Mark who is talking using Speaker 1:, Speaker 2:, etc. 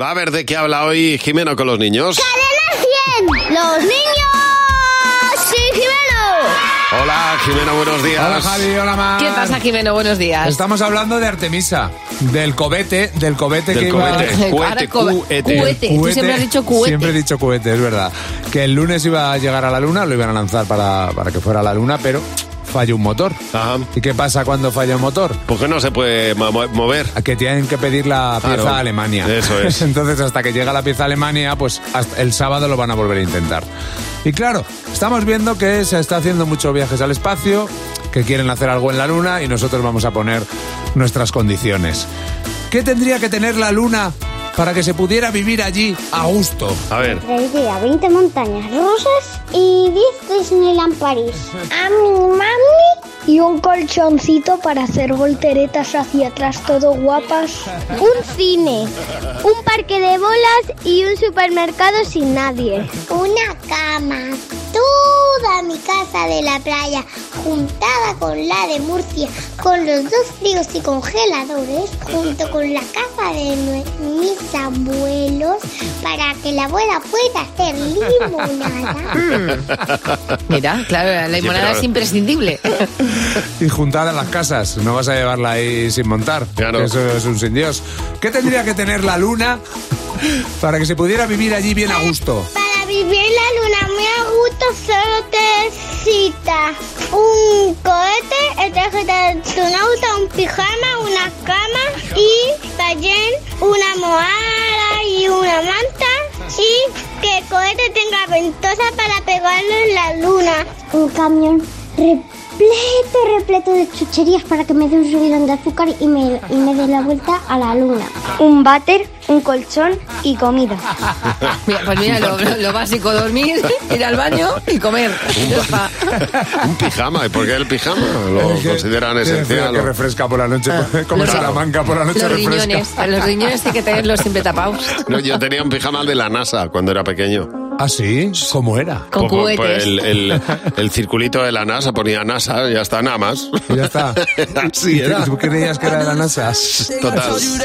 Speaker 1: Va a ver de qué habla hoy Jimeno con los niños.
Speaker 2: ¡Cadena 100! ¡Los niños! ¡Sí, Jimeno!
Speaker 1: Hola, Jimeno, buenos días.
Speaker 3: Hola Javi, hola Mar.
Speaker 4: ¿Qué pasa, Jimeno? Buenos días.
Speaker 3: Estamos hablando de Artemisa, del cobete, del cobete
Speaker 1: Del
Speaker 3: que
Speaker 1: cobete.
Speaker 3: iba...
Speaker 1: Cuete,
Speaker 4: Ahora co-
Speaker 1: cuete.
Speaker 4: cuete. Tú siempre has dicho cuete.
Speaker 3: Siempre he dicho cohete, es verdad. Que el lunes iba a llegar a la luna, lo iban a lanzar para, para que fuera a la luna, pero falló un motor.
Speaker 1: Ajá.
Speaker 3: ¿Y qué pasa cuando falla un motor?
Speaker 1: ¿Por qué no se puede ma- mo- mover?
Speaker 3: A que tienen que pedir la pieza
Speaker 1: Claro,
Speaker 3: a Alemania.
Speaker 1: eso es.
Speaker 3: Entonces, hasta que llega la pieza a Alemania, pues hasta el sábado lo van a volver a intentar. Y claro, estamos viendo que se está haciendo muchos viajes al espacio, que quieren hacer algo en la Luna y nosotros vamos a poner nuestras condiciones. ¿Qué tendría que tener la Luna para que se pudiera vivir allí a gusto?
Speaker 1: A ver.
Speaker 2: Traería 20 montañas rusas y 10 Disneyland París. A mi mami.
Speaker 5: Y un colchoncito para hacer volteretas hacia atrás, todo guapas.
Speaker 2: Un cine. Un parque de bolas y un supermercado sin nadie. Una cama. Toda mi casa de la playa, juntada con la de Murcia, con los dos fríos y congeladores, junto con la casa de nue- mis abuelos, para que la abuela pueda hacer limonada.
Speaker 4: Mira, claro, la limonada
Speaker 1: pero-
Speaker 4: es imprescindible.
Speaker 3: Y juntadas las casas, no vas a llevarla ahí sin montar.
Speaker 1: Claro.
Speaker 3: que Eso es un sin Dios. ¿Qué tendría que tener la Luna para que se pudiera vivir allí bien a gusto?
Speaker 2: Para vivir la luna muy a gusto solo te necesitas un cohete, el tarjeta de astronauta, un pijama, una cama y taller, una moara y una manta y que el cohete tenga ventosa para pegarlo en la luna.
Speaker 5: Un camión repleto, repleto de chucherías para que me dé un subidón de azúcar y me, y me dé la vuelta a la luna. Un váter, un colchón y comida.
Speaker 4: Mira, pues mira, lo, lo- lo básico, dormir, ir al baño y comer. Ya está.
Speaker 1: Un pijama. ¿Y por qué el pijama?
Speaker 3: Es
Speaker 1: ¿Lo
Speaker 3: que-
Speaker 1: consideran
Speaker 3: que decía
Speaker 1: esencial?
Speaker 3: Que
Speaker 1: o-
Speaker 3: refresca por la noche, como
Speaker 4: Los-
Speaker 3: Salamanca por la noche
Speaker 4: Los
Speaker 3: refresca.
Speaker 4: riñones, los riñones hay que tenerlos siempre tapados.
Speaker 1: No, yo tenía un pijama de la NASA cuando era pequeño.
Speaker 3: ¿Ah, sí? ¿Cómo era?
Speaker 4: Con
Speaker 1: Como- pues,
Speaker 4: cubetes.
Speaker 1: el, el- el circulito de la NASA ponía NASA y ya está, nada más.
Speaker 3: Ya está.
Speaker 1: Así
Speaker 3: ¿Y tú-
Speaker 1: era.
Speaker 3: ¿Tú creías que era de la NASA?
Speaker 1: pues, Total.